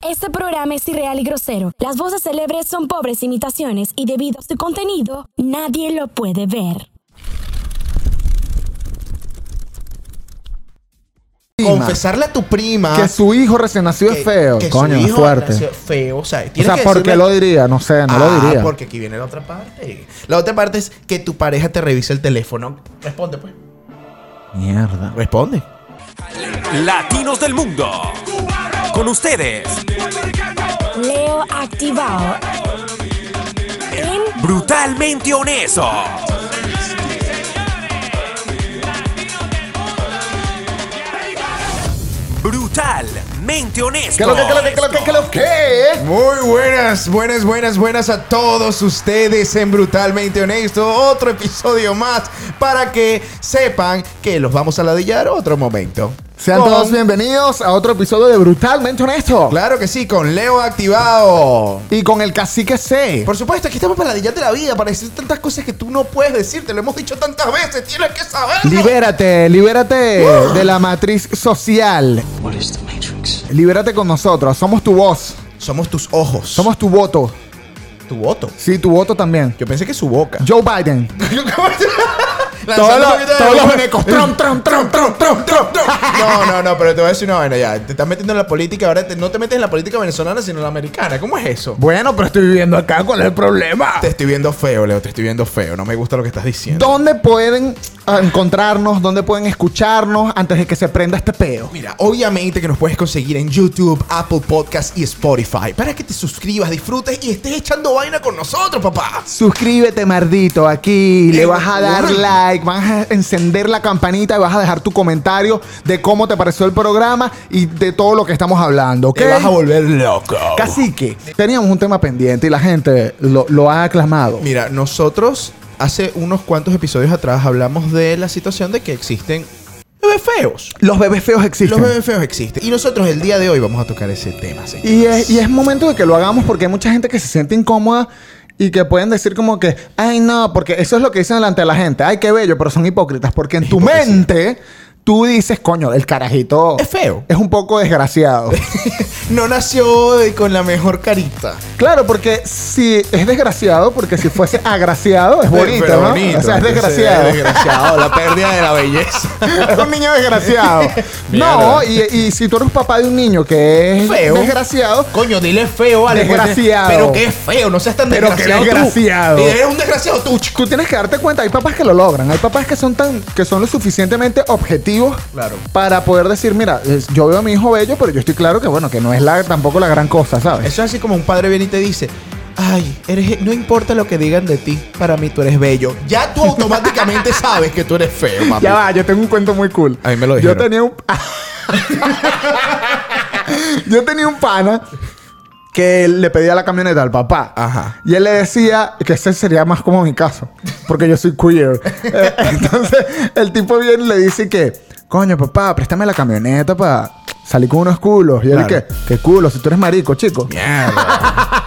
Este programa es irreal y grosero. Las voces célebres son pobres imitaciones y debido a su contenido, nadie lo puede ver. Confesarle a tu prima Que su hijo recién nacido es feo. que su Coño, es hijo nació fuerte. Feo, o sea, O tienes sea, que ¿por decirle- qué lo diría? No sé, no lo Ah, diría. porque aquí viene la otra parte. La otra parte es que tu pareja te revise el teléfono. Responde, pues. Mierda. Responde. Latinos del Mundo. Con ustedes, Leo activado. En brutalmente honesto. Brutalmente honesto. ¿Qué lo que, qué lo que, qué lo que, qué lo que? Muy buenas, buenas, buenas, buenas a todos ustedes en Brutalmente Honesto. Otro episodio más para que sepan que los vamos a ladillar otro momento. Sean Con- todos bienvenidos a otro episodio de Brutalmente Honesto. Claro que sí, con Leo activado. Y con el cacique C. Por supuesto, aquí estamos para ladillarte la vida, para decir tantas cosas que tú no puedes decir. Te lo hemos dicho tantas veces, tienes que saberlo. Libérate, libérate ¡Uh! de la matriz social. What is the Matrix? Libérate con nosotros. Somos tu voz. Somos tus ojos. Somos tu voto. tu voto. Sí, tu voto también. Yo pensé que su boca. Joe Biden. Lanzando Todos un los- poquito de todos los humo. venecos. Trom, trom, trom, trom, trom, trom, trom. No, no, no, pero te voy a decir una vaina ya. Te estás metiendo en la política, ahora te- no te metes en la política venezolana, sino en la americana. ¿Cómo es eso? Bueno, pero estoy viviendo acá. ¿Cuál es el problema? Te estoy viendo feo, Leo, te estoy viendo feo. No me gusta lo que estás diciendo. ¿Dónde pueden ah, encontrarnos? ¿Dónde pueden escucharnos antes de que se prenda este peo? Mira, obviamente que nos puedes conseguir en YouTube, Apple Podcast y Spotify para que te suscribas, disfrutes y estés echando vaina con nosotros, papá. Suscríbete, mardito, aquí. Le Eh, vas a dar bueno. like, vas a encender la campanita y vas a dejar tu comentario de cómo te pareció el programa y de todo lo que estamos hablando, ¿ok? Te vas a volver loco. Cacique, teníamos un tema pendiente y la gente lo, lo ha aclamado. Mira, nosotros hace unos cuantos episodios atrás hablamos de la situación de que existen bebés feos. Los bebés feos Los existen. bebés feos existen. Y nosotros el día de hoy vamos a tocar ese tema, señores. Y es, y es momento de que lo hagamos porque hay mucha gente que se siente incómoda y que pueden decir como que, ay no, porque eso es lo que dicen delante de la gente, ay qué bello, pero son hipócritas, porque en tu hipocresía. mente tú dices, coño, el carajito Es feo. Es un poco desgraciado. No nació eh, con la mejor carita. claro, porque si es desgraciado, porque si fuese agraciado es bonito, Pero ¿no? bonito, o sea, es entonces, desgraciado. es desgraciado, la pérdida de la belleza. Es un niño desgraciado. no, y, y si tú eres papá de un niño que es Feo. desgraciado, Coño, dile feo, Ale. Desgraciado. Pero que es feo, no seas tan Pero que desgraciado. tú. desgraciado. Y eres un desgraciado tú, chico. tú tienes que darte cuenta, hay papás que lo logran, hay papás que son tan, que son lo suficientemente objetivos Claro. para poder decir, mira, es- yo veo a mi hijo bello, pero yo estoy claro que bueno, que no es la, tampoco la gran cosa, ¿sabes? Eso es así como un padre viene y te dice. Ay, eres, no importa lo que digan de ti, para mí tú eres bello. Ya tú automáticamente sabes que tú eres feo, papi. ya va, yo tengo un cuento muy cool. A mí me lo Yo dijeron. tenía un Yo tenía un pana que le pedía la camioneta al papá. Ajá. Y él le decía que ese sería más como mi caso, porque yo soy queer. Eh, entonces, el tipo viene y le dice que, coño, papá, préstame la camioneta para salir con unos culos. Y él Claro. que, ¿qué culo? Si tú eres marico, chico. Mierda.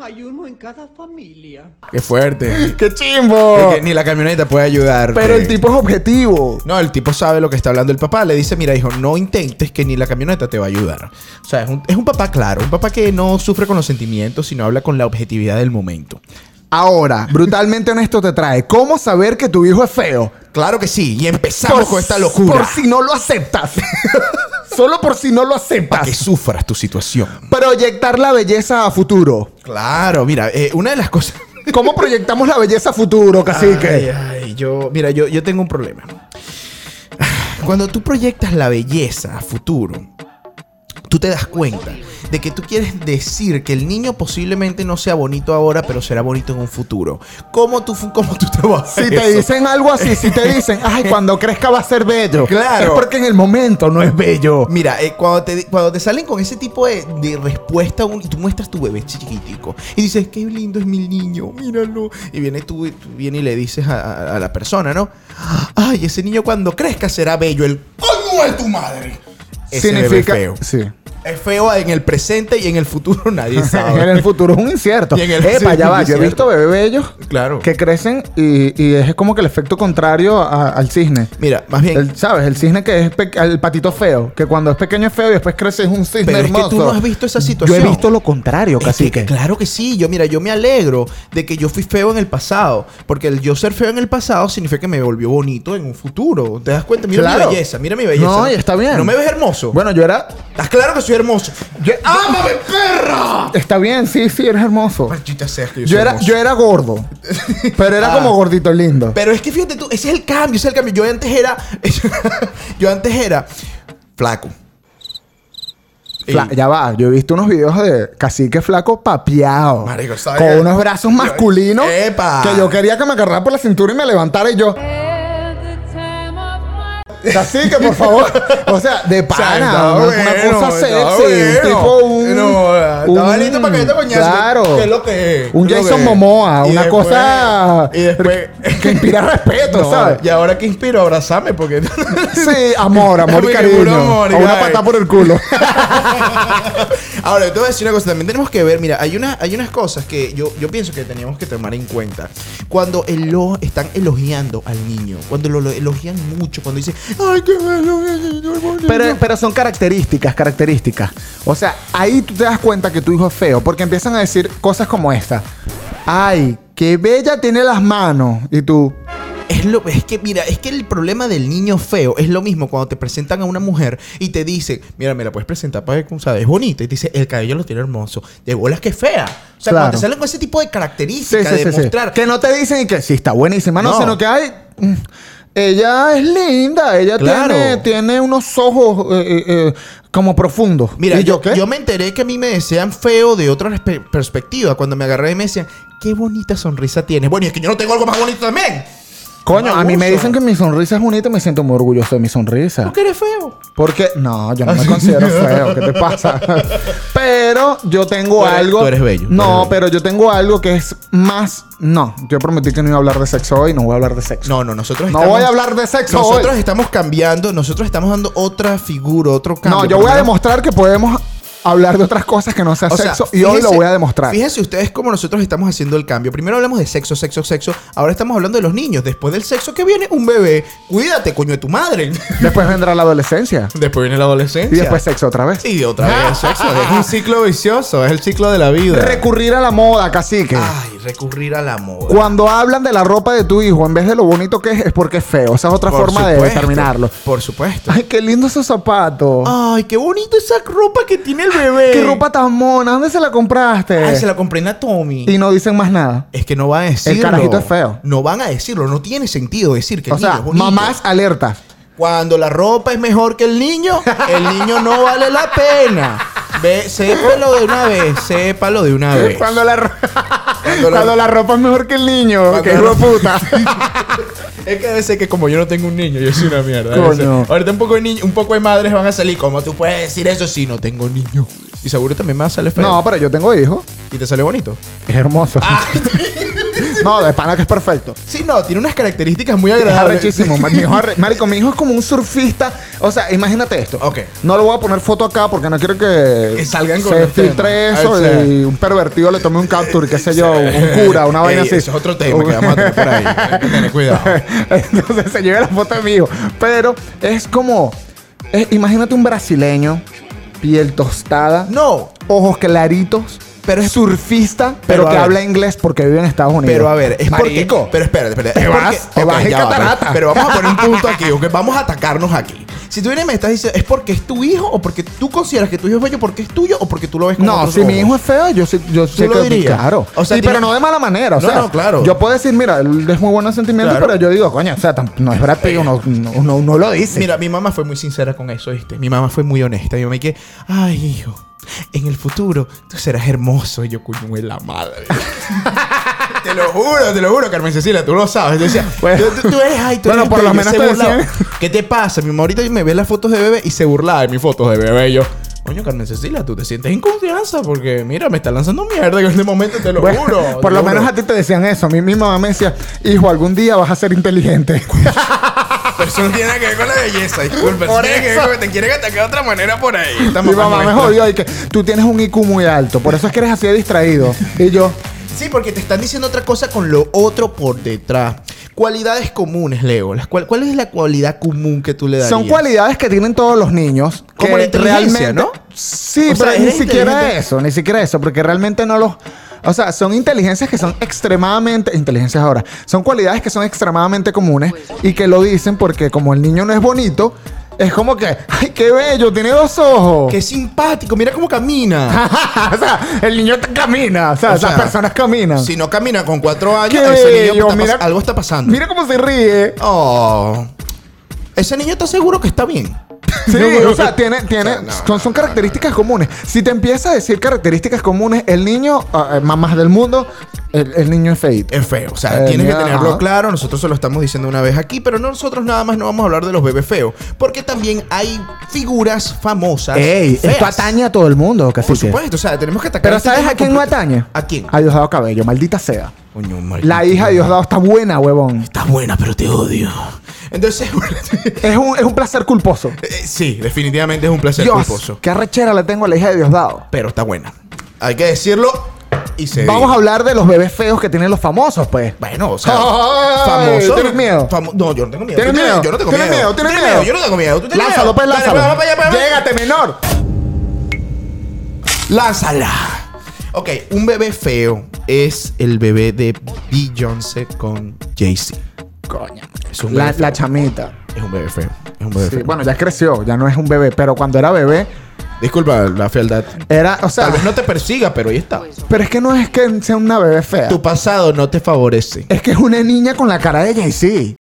Hay uno en cada familia. Qué fuerte. ¡Qué chimbo! Porque ni la camioneta puede ayudar. Pero el tipo es objetivo. No, el tipo sabe lo que está hablando el papá. Le dice, mira, hijo, no intentes que ni la camioneta te va a ayudar. O sea, es un, es un papá claro. Un papá que no sufre con los sentimientos, sino habla con la objetividad del momento. Ahora, brutalmente honesto te trae. ¿Cómo saber que tu hijo es feo? Claro que sí. Y empezamos con esta Por locura. si no lo aceptas. Solo por si no lo Para que aceptas. sufras tu situación. Proyectar la belleza a futuro. Claro, mira, eh, una de las cosas... ¿Cómo proyectamos la belleza a futuro, Ay, cacique? ay, yo... Mira, yo, yo tengo un problema. Cuando tú proyectas la belleza a futuro, tú te das cuenta de que tú quieres decir que el niño posiblemente no sea bonito ahora, pero será bonito en un futuro. ¿Cómo tú, fu- cómo tú te vas a Si te eso? dicen algo así, si te dicen, ay, cuando crezca va a ser bello. Claro. Es porque en el momento no es bello. Mira, eh, cuando, te, cuando te salen con ese tipo de, de respuesta un- y tú muestras tu bebé chiquitico y dices, qué lindo es mi niño, míralo. Y viene tú, y tú vienes y le dices a, a- a la persona, ¿no? Ay, ese niño cuando crezca será bello. El coño de tu madre. ese bebé significa. feo. Sí. Es feo en el presente y en el futuro nadie sabe. En el futuro es un incierto. Y en el- sí, Epa, ya un va. Yo he incierto. visto bebés bellos Claro. que crecen y, y es como que el efecto contrario a- al cisne. Mira, más bien, El- ¿Sabes? El cisne que es pe- el patito feo, que cuando es pequeño es feo y después crece es un cisne Pero es que hermoso. tú no has visto esa situación. Yo he visto lo contrario, Es casi que- claro que sí. Yo, mira, yo me alegro de que yo fui feo en el pasado. Porque el yo ser feo en el pasado significa que me volvió bonito en un futuro. ¿Te das cuenta? Mira mi Claro. belleza, mira mi belleza. No, y está bien. ¿No me ves hermoso? Bueno, yo era. ¿Estás claro que soy hermoso? Yo, ¡Ámame, perra! Está bien, sí, sí, eres hermoso. Maldita sea que yo, Yo soy era, Ah. hermoso. yo era gordo, pero era Ah. como gordito lindo. Pero es que fíjate tú, ese es el cambio, ese es el cambio. Yo antes era. yo antes era. Flaco. Fla- Y- ya va, yo he visto unos videos de cacique flaco papeado. Marico, ¿sabes? Con unos brazos Yo- masculinos. ¡Epa! Que yo quería que me agarrara por la cintura y me levantara y yo. Cacique, por favor. O sea, de pana. está una, una bueno, cosa está sexy. bueno. Tipo un. No, estaba listo para que te coñazo. Claro. ¿Qué es lo que es? Un ¿Qué es lo Jason que es? Momoa. Y Una después- cosa. Y después. Que inspira respeto, No, ¿sabes? Y ahora que inspiro, abrazame porque. Sí, amor, amor y Porque cariño. puro amor, a una guys. patada por el culo. Ahora, yo te voy a decir una cosa, también tenemos que ver, mira, hay, una, hay unas cosas que yo, yo pienso que teníamos que tomar en cuenta. Cuando elo- están elogiando al niño, cuando lo, lo elogian mucho, cuando dicen, ay, qué bueno, qué bueno". Pero, pero son características, características. O sea, ahí tú te das cuenta que tu hijo es feo, porque empiezan a decir cosas como esta. Ay, qué bella tiene las manos. Y tú, es, lo, es que, mira, es que el problema del niño feo es lo mismo cuando te presentan a una mujer y te dicen, mira, me la puedes presentar para ver cómo sabes, es bonita, y te dice, el cabello lo tiene hermoso, de bolas que es fea. O sea, cuando Claro. te salen con ese tipo de sí, características, sí, de sí, sí. mostrar Que no te dicen y que sí, está buenísima. No, No. sino que hay... Ella es linda, ella Claro. tiene, tiene unos ojos eh, eh, eh, como profundos. Mira, ¿Y yo, yo me enteré que a mí me decían feo de otra respe- perspectiva. Cuando me agarré y me decían, qué bonita sonrisa tienes. Bueno, y es que yo no tengo algo más bonito también. Coño, No, a mí me abuso. dicen que mi sonrisa es bonita y me siento muy orgulloso de mi sonrisa. Porque eres feo. Porque no, yo no me considero feo, ¿qué te pasa? pero yo tengo Tú eres- algo. tú eres bello, tú eres No, bello. pero yo tengo algo que es más. No, yo prometí que no iba a hablar de sexo hoy, no voy a hablar de sexo. No, no, nosotros No voy a hablar de sexo Nosotros hoy. estamos cambiando, nosotros estamos dando otra figura, otro cambio. No, yo Por voy lo a menos- demostrar que podemos hablar de otras cosas que no sea O sea, sexo y hoy lo fíjense- voy a demostrar. Fíjense ustedes cómo nosotros estamos haciendo el cambio. Primero hablamos de sexo, sexo, sexo. Ahora estamos hablando de los niños. Después del sexo que viene un bebé. Cuídate, coño de tu madre. Después vendrá la adolescencia después viene la adolescencia. y después sexo otra vez. Y de otra vez el sexo. Es un ciclo vicioso, es el ciclo de la vida. Recurrir a la moda, cacique. Ay, recurrir a la moda. Cuando hablan de la ropa de tu hijo, en vez de lo bonito que es, es porque es feo. Esa es otra Por forma de supuesto, determinarlo. Por supuesto. Ay, qué lindo esos zapatos. Ay, qué bonito esa ropa que tiene el bebé. ¿Qué ropa tan mona? ¿Dónde se la compraste? Ay, se la compré en Tommy. Y no dicen más nada. Es que no van a decirlo. carajito es feo. No van a decirlo. No tiene sentido decir que el o niño sea, es bonito. mamás alertas. Cuando la ropa es mejor que el niño, el niño no vale la pena. Ve, sépalo de una vez. Sépalo de una vez. Cuando la, ro- Cuando la- Cuando la ropa es mejor que el niño. Cuando Que la hijo de ropa- pues. puta. Es que a veces que como yo no tengo un niño, yo soy una mierda. Coño. A veces- Ahorita un poco de niño, un poco de madres van a salir. ¿Cómo tú puedes decir eso si no tengo niño? Y seguro también me va a salir feo. No, pero yo tengo hijo. Y te sale bonito. Es hermoso. Ah, no, de pana que es perfecto. Sí, no, tiene unas características muy Es agradables. arrechísimo. Ma- mi hijo arre- Marico, mi hijo es como un surfista. O sea, imagínate esto. Ok. No le voy a poner foto acá porque no quiero que, Que salgan con se el filtre tema. eso O sea. y un pervertido le tome un capture, qué sé yo, un cura, una vaina Ey, así. ese es otro tema que vamos a tener por ahí. Hay que tener cuidado. Entonces se lleve la foto de mi hijo. Pero es como. es- imagínate un brasileño, piel tostada. No, Ojos claritos, Pero pero es- surfista, pero pero, a que ver. habla inglés porque vive en Estados Unidos. pero a ver, es Marico. porque... Pero espérate, espérate. Te es vas- porque- te ok, vas en ya va, pero- catarata. Pero vamos a poner un punto aquí, ok, vamos a atacarnos aquí. Si tú vienes y me estás diciendo, ¿es porque es tu hijo o porque tú consideras que tu hijo es bello porque es tuyo o porque tú lo ves como No, si mi hijo es feo, yo sí, yo sé lo que dirías? claro. O sea, Y tiene- pero no de mala manera, o No, sea, no, claro. yo puedo decir, mira, él es muy bueno en sentimientos, Claro. pero yo digo, coño, o sea, tam- no es Brad Pitt, uno, uno- uno- uno lo dice. Mira, mi mamá fue muy sincera con eso, ¿viste? Mi mamá fue muy honesta. Mi mamá me que, ay, hijo, en el futuro tú serás hermoso. Y yo, coño, es la madre. te lo juro, te lo juro, Carmen Cecilia, tú lo sabes. Yo decía, Bueno. tú, tú- tú eres, ay, tú Bueno, eres por lo bello", menos se te burlaba. decían. ¿Qué te pasa? Mi mamá ahorita me ve las fotos de bebé y se burlaba de mis fotos de bebé. Y yo, coño, Carmen Cecilia, tú te sientes en confianza porque, mira, me está lanzando mierda en este momento, te lo Bueno, juro. te por lo juro. menos a ti te decían eso. A mí mi mamá me decía, hijo, algún día vas a ser inteligente. Pero eso no tiene nada que ver con la belleza, disculpa. Eso Por tiene que ver eso. con que te quieren atacar de otra manera por ahí. Esta Mi mamá me nuestra. jodió y que tú tienes un IQ muy alto, por eso es que eres así de distraído. Y yo, Sí, porque te están diciendo otra cosa con lo otro por detrás. Cualidades comunes, Leo. Las cual- ¿Cuál es la cualidad común que tú le darías? son cualidades que tienen todos los niños. Como que la inteligencia, realmente- ¿no? Sí, O sea, pero ni eres siquiera inteligente. eso, ni siquiera eso, porque realmente no los. O sea, son inteligencias que son extremadamente. Inteligencias ahora. Son cualidades que son extremadamente comunes y que lo dicen porque, como el niño no es bonito, es como que. ¡Ay, qué bello! Tiene dos ojos. Qué simpático, mira cómo Ah, camina. o sea, el niño t- camina. O sea, O esas sea, personas caminan. Si no camina con cuatro años, Qué ese niño bello, está pas- mira- algo está pasando. Mira cómo se ríe. Oh. Ese niño está seguro que está bien. Sí, No, o sea, tiene, tiene, no, son, son características comunes. Si te empieza a decir características comunes, el niño, ah, eh, mamás del mundo, el, el niño es feito. Es feo. O sea, Eh, tienes que ajá. tenerlo claro. Nosotros se lo estamos diciendo una vez aquí, pero nosotros nada más no vamos a hablar de los bebés feos. Porque también hay figuras famosas. Ey, feas. esto atañe a todo el mundo, casi Por supuesto, o sea, tenemos que atacar. Pero este ¿sabes tema a quién no completo. atañe? ¿A quién? A Diosdado Cabello, maldita sea. Coño, La hija de Diosdado está buena, huevón. Estás buena, pero te odio. Entonces, Es un, es un placer culposo. eh, sí, definitivamente es un placer Dios, culposo. qué arrechera le tengo a la hija de Diosdado. Pero está buena. Hay que decirlo y se Vamos a dice. hablar de los bebés feos que tienen los famosos, pues. Bueno, o sea, Ay, famoso. ¿tienes miedo? famo- no, yo no tengo miedo. ¿Tienes Yo no- miedo? Yo no tengo ¿Tienes miedo. miedo? ¿Tienes Yo miedo? Yo no tengo miedo. ¿Tú tienes miedo? Lánzalo, pues, Dale, lánzalo. para allá, para allá, para allá. Llégate, menor. Lánzala. Ok, un bebé feo es el bebé de Beyoncé con Jay-Z. Coño. Es un La, bebé la feo. chamita. Es un bebé feo. Es un bebé Sí, feo. bueno, ya creció, ya no es un bebé, pero cuando era bebé Disculpa la fealdad. era, Eh, o sea, Tal pues, vez no te persiga, pero ahí está. pero es que no es que sea una bebé fea. Tu pasado no te favorece. Es que es una niña con la cara de Jay-Z.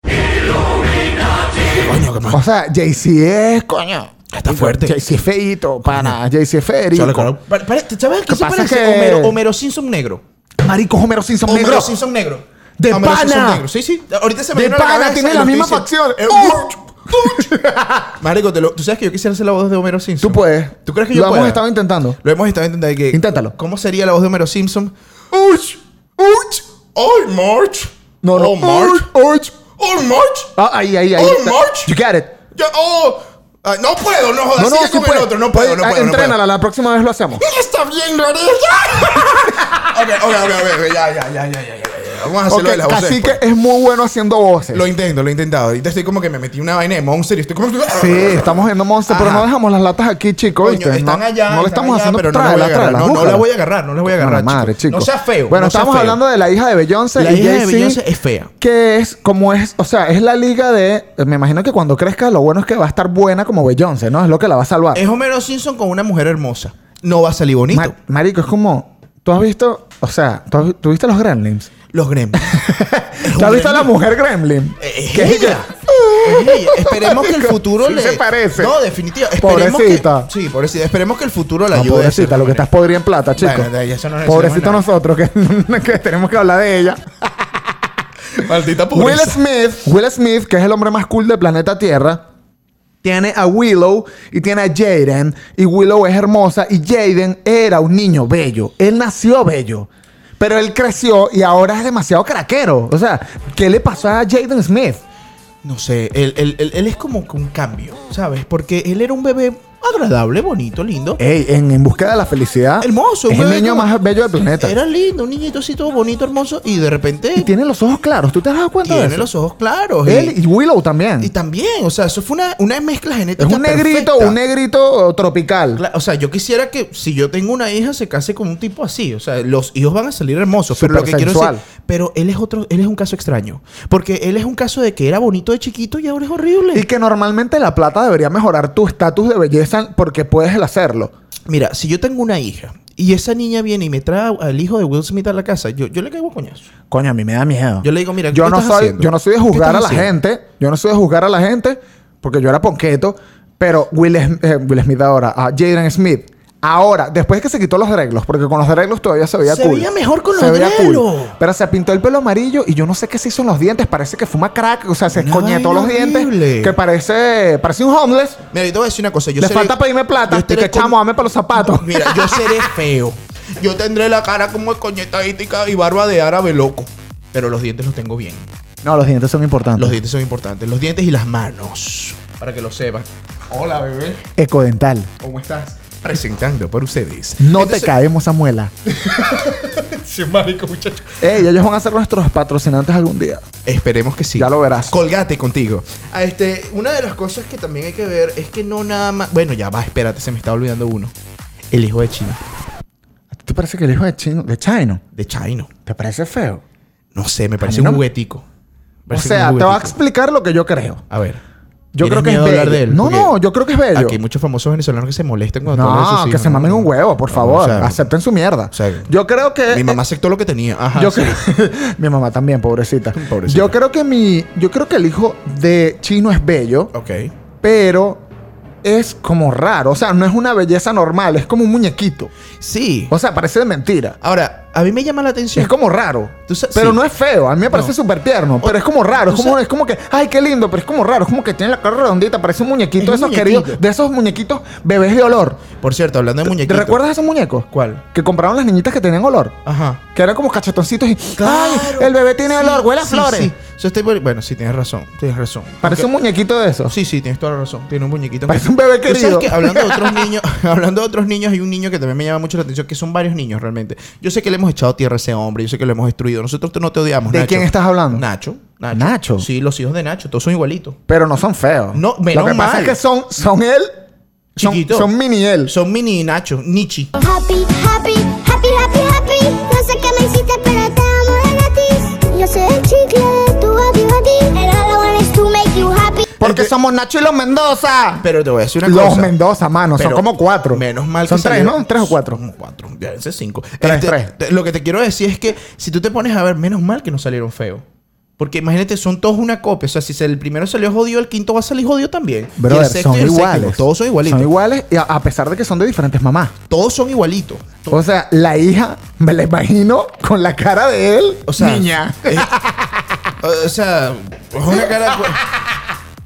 Coño, qué O sea, Jay-Z es coño. Está fuerte. Jay-Z es feíto, pana. Jay-Z es feerico. Chale, claro. Pa- pare- ¿te- ¿Sabes a qué se pasa parece? que- Homero, Homero Simpson negro. Marico Homero Simpson Homero negro. Simpson negro. De Homero pana. Simpson negro. Sí, sí. Ahorita se me De vino a la pana, cabeza tiene y la lo misma estoy diciendo. facción. Oh. Eh, Marico, te lo- tú sabes que yo quisiera hacer la voz de Homero Simpson. Tú puedes. ¿Tú crees que yo Lo pueda? hemos estado intentando. Lo hemos estado intentando. Que, Inténtalo. ¿Cómo sería la voz de Homero Simpson? ¡Uch! ¡Uch! ¡Ay, March! No, no. ¡Oh, March! Orange. ¡Oh, March! Ah, ahí, ahí, ahí. Oh, está. March. You got it. Ya- ¡Oh! ah, no puedo, no jodas. No, no, Sigue sí con puedes. el otro. No puedo, no Ah, puedo. no puedo. Entrénala, la próxima vez lo hacemos. Está bien, lo haré. Ya. ok, ok, ok, ok, ya, ya, ya, ya, ya, ya, ya. Vamos a hacerlo Ok, de las voces. Así que después. es muy bueno haciendo voces. Lo intento, lo he intentado. Ahorita estoy como que me metí una vaina de Monster y estoy como... Sí, estamos viendo Monster, pero Ajá. no dejamos las latas aquí, chicos. Coño, ¿viste? están no, allá. no le están estamos allá, haciendo pero no, la voy a tráela, agarrar, tráela, no, no la búscala. voy a agarrar, no la voy a agarrar. Bueno, madre, chico. chico. No sea feo. Bueno, no sea estamos feo. hablando de la hija de Beyoncé. La y hija de Jay-Z, Beyoncé es fea. Que es como es, o sea, es la liga de. Me imagino que cuando crezca, lo bueno es que va a estar buena como Beyoncé, ¿no? Es lo que la va a salvar. Es Homero Simpson con una mujer hermosa. No va a salir bonito. Ma- marico, es como. Tú has visto, o sea, tú, has, tú viste los Gremlins. Los Gremlins. Eh, ¿Tú has visto a la mujer Gremlin? Es Que es ella. Es ella. Esperemos que el futuro Sí le. se parece. No, definitivo. Esperemos Pobrecita. Que... Sí, pobrecita. Esperemos que el futuro la No, ayude. de pobrecita, cierta lo que manera. estás podría en plata, chico. Bueno, de- eso no le Pobrecito decimos nosotros que, que tenemos que hablar de ella. Maldita Will Smith, Will Smith, que es el hombre más cool del planeta Tierra, tiene a Willow y tiene a Jaden. Y Willow es hermosa y Jaden era un niño bello. Él nació bello. Pero él creció y ahora es demasiado craquero. O sea, ¿qué le pasó a Jaden Smith? No sé, él, él- él- él es como que un cambio, ¿sabes? Porque él era un bebé agradable, bonito, lindo. Ey, en, en búsqueda de la felicidad. Hermoso, Es un el bebé niño como- más bello del planeta. Era lindo, un niñito así todo bonito, hermoso. Y de repente Y tiene los ojos claros. ¿Tú te has dado cuenta tiene de eso? los ojos claros. Él y, y Willow también. y también, o sea, eso fue una, una mezcla es genética. un negrito, perfecta. un negrito eh, tropical. Cla- O sea, yo quisiera que si yo tengo una hija se case con un tipo así. O sea, los hijos van a salir hermosos. Pero lo que quiero Supersensual. decir. Pero él es otro, él es un caso extraño. Porque él es un caso de que era bonito de chiquito y ahora es horrible. Y que normalmente la plata debería mejorar tu estatus de belleza porque puedes el hacerlo. Mira, si yo tengo una hija y esa niña viene y me trae al hijo de Will Smith a la casa, yo, yo le caigo a coñazo. Coño, a mí me da miedo. Yo le digo, mira, Ah. yo ¿qué no estás soy, haciendo? yo no soy de ¿Qué juzgar a estás la haciendo? gente, yo no soy de juzgar a la gente porque yo era ponqueto, pero Will, Sm- eh, Will Smith ahora, a Jaden Smith ahora, después que se quitó los arreglos, porque con los arreglos todavía se veía Se cool. veía mejor con Se los veía arreglos. Pero se pintó el pelo amarillo y yo no sé qué se hizo en los dientes, parece que fuma crack, o sea, se Una escoñetó los vaina dientes, horrible. que parece parece un homeless. Mira, yo te voy a decir una cosa. Yo Le seré- falta pedirme plata yo y estaré que con- chamo, dame para los zapatos. Mira, yo seré feo. Yo tendré la cara como escoñetadita y barba de árabe loco. Pero los dientes los tengo bien. No, los dientes son importantes. Los dientes son importantes. Los dientes y las manos. Para que lo sepan. Hola, bebé. Ecodental. ¿Cómo estás? Presentando por ustedes. No Entonces- te caemos a muela. Sí, marico, muchacho. Ey, ellos van a ser nuestros patrocinantes algún día. Esperemos que sí. Ya lo verás. Colgate contigo. Ah, este, una de las cosas que también hay que ver es que no nada más. Bueno, ya va, espérate, se me está olvidando uno. El hijo de China. ¿A ti te parece que el hijo de Chino, de Chino, De Chino. te parece feo? No sé, me mí parece no un me- juguetico. Me O parece sea, un te voy a juguetico. explicar lo que yo creo. A ver. Yo ¿Tienes creo que es miedo a bello. hablar de él? No, Porque no, yo creo que es bello. Aquí hay muchos famosos venezolanos que se molestan cuando tú hablas de no, sus que hijos, se ¿no? mamen un huevo, por No, favor. o sea, Acepten su mierda. o sea, yo creo que. Mi mamá aceptó lo que tenía. Ajá. Yo sí. creo- mi mamá también, pobrecita. Pobrecita. Yo creo que mi, yo creo que el hijo de Chino es bello, Ok. pero es como raro. O sea, no es una belleza normal, es como un muñequito. Sí. O sea, parece de mentira. Ahora, a mí me llama la atención. Es como raro. Tú sa- Pero sí. no es feo. A mí me parece No. súper tierno. Pero es como raro. Es tú como, sa- es como que, ay, qué lindo. Pero es como raro. Es como que tiene la cara redondita. Parece un muñequito de Es un esos queridos. muñequito. De esos muñequitos bebés de olor. Por cierto, hablando de ¿Te muñequitos. recuerdas esos muñecos? ¿Cuál? Que compraban las niñitas que tenían olor. Ajá. Que eran como cachetoncitos y. Claro. ¡Ay! El bebé tiene Sí, olor, huele a sí, flores. sí. Yo estoy por- Bueno, sí, tienes razón. Tienes razón. Parece un muñequito de esos. Oh, Sí, sí, tienes toda la razón. Tiene un muñequito. Parece que- un bebé Tú sabes querido. que hablando de otros niños, hablando de otros niños, hay un niño que también me llama mucho la atención, que son varios niños realmente. Yo sé que le hemos echado tierra a ese hombre, yo sé que lo hemos destruido. Nosotros te- no te odiamos, ¿De Nacho. quién estás hablando? Nacho. Nacho. Nacho. Sí, los hijos de Nacho, todos son igualitos. Pero no son feos. No, menos Lo que pasa mal. es que son, son él. Son, Chiquito. son mini él. Son mini Nacho, Nichi. Happy, happy, happy, happy, happy. No sé qué me hiciste, pero te amo de gratis. Yo sé el chicle de tu happy, happy. And all I want is to make you happy. Porque somos Nacho y los Mendoza. Pero te voy a decir una Los cosa. Mendoza, mano, son Pero como cuatro. Menos mal que Son tres, salieron- ¿no? Tres o cuatro. Son cuatro. Ya, ese es cinco. Tres, Este, tres. te- Lo que te quiero decir es que si tú te pones a ver, menos mal que no salieron feos. Porque imagínate, son todos una copia. O sea, si se- el primero salió jodido, el quinto va a salir jodido también. Y Brother, el sexto son y el séptimo. iguales. Todos son igualitos. Son iguales y a, a pesar de que son de diferentes mamás. todos son igualitos. O sea, la hija, me la imagino con la cara de él. O sea, niña. eh, o sea, es una cara.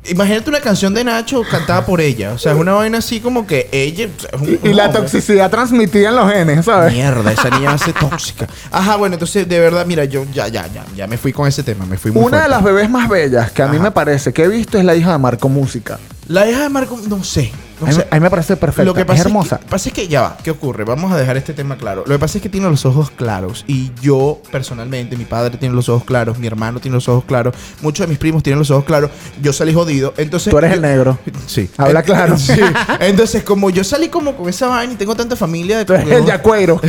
Imagínate una canción de Nacho cantada por ella. O sea, es una vaina así como que ella. o sea, es un- Y, y la no, toxicidad transmitida en los genes, ¿sabes? Mierda, esa niña va a ser tóxica. Ajá, bueno, entonces de verdad, mira, yo ya, ya, ya, ya me fui con ese tema, me fui muy Una de las fuerte. bebés más bellas que a mí Ajá. me parece que he visto es la hija de Marco Música. La hija de Marco, no sé, no A mí, sé. a mí me parece perfecta. Lo que pasa es hermosa. que, pasa es que ya va, ¿qué ocurre? Vamos a dejar este tema claro. Lo que pasa es que tiene los ojos claros y yo personalmente, mi padre tiene los ojos claros, mi hermano tiene los ojos claros, muchos de mis primos tienen los ojos claros. Yo salí jodido, entonces Tú eres yo- el negro. Sí. Habla claro. Sí. Entonces, como yo salí como con esa vaina y tengo tanta familia de Tú eres el yacuero.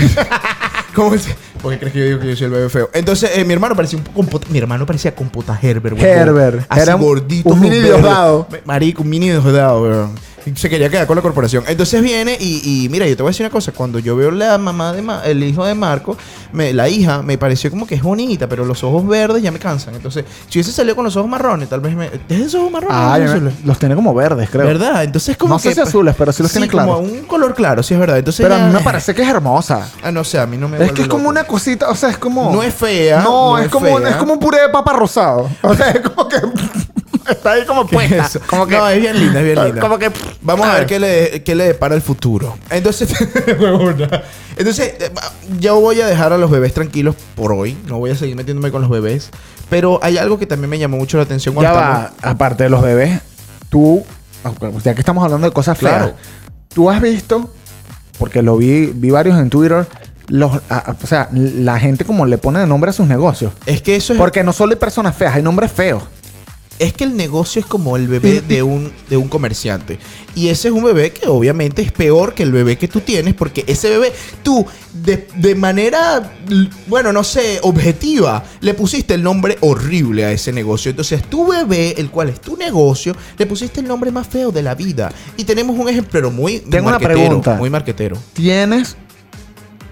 ¿Cómo es? Porque crees que yo digo que yo soy el bebé feo. Entonces, eh, mi hermano parecía un compota, mi hermano parecía compota Herbert. güey. Herbert. Así Era un- gordito. un mini verde. Diosdado. Marico, un mini Diosdado, weón. Y Se quería quedar con la corporación. Entonces viene y, y mira, yo te voy a decir una cosa. Cuando yo veo la mamá de Ma- el hijo de Marco, me- la hija, me pareció como que es bonita, pero los ojos verdes ya me cansan. Entonces, si hubiese salido con los ojos marrones, tal vez me. ¿Es esos ojos marrones? Ah, o ya me- azules? los tiene como verdes, creo. ¿Verdad? Entonces, como No sé que- si azules, pero sí los tiene como claros. un color claro, sí es verdad. Entonces, Pero a ya- mí me parece que es hermosa. Ah, no sé, a mí no me Es vuelve que es como loco. una cosita, o sea, es como. No es fea, No, no es, es como, fea. es como un puré de papa rosado. O sea, es como que. está ahí como ¿Qué puesta. es eso? Como que, no, es bien linda, es bien linda. Como que. Vamos a ver Ay. qué le, qué le depara el futuro. Entonces, huevona. entonces eh, va- yo voy a dejar a los bebés tranquilos por hoy. No voy a seguir metiéndome con los bebés. Pero hay algo que también me llamó mucho la atención Ya cuando va, estamos- aparte de los bebés, tú, ya que estamos hablando de cosas feas, Claro. tú has visto, porque lo vi, vi varios en Twitter, los, a- a- o sea, la gente como le pone de nombre a sus negocios. Es que eso es. Porque no solo hay personas feas, hay nombres feos. Es que el negocio es como el bebé de un, de un comerciante. Y ese es un bebé que obviamente es peor que el bebé que tú tienes, porque ese bebé, tú, de, de manera, l- bueno, no sé, objetiva, le pusiste el nombre horrible a ese negocio. Entonces, tu bebé, el cual es tu negocio, le pusiste el nombre más feo de la vida. Y tenemos un ejemplo muy Tengo una marquetero, pregunta. Muy marquetero. Tienes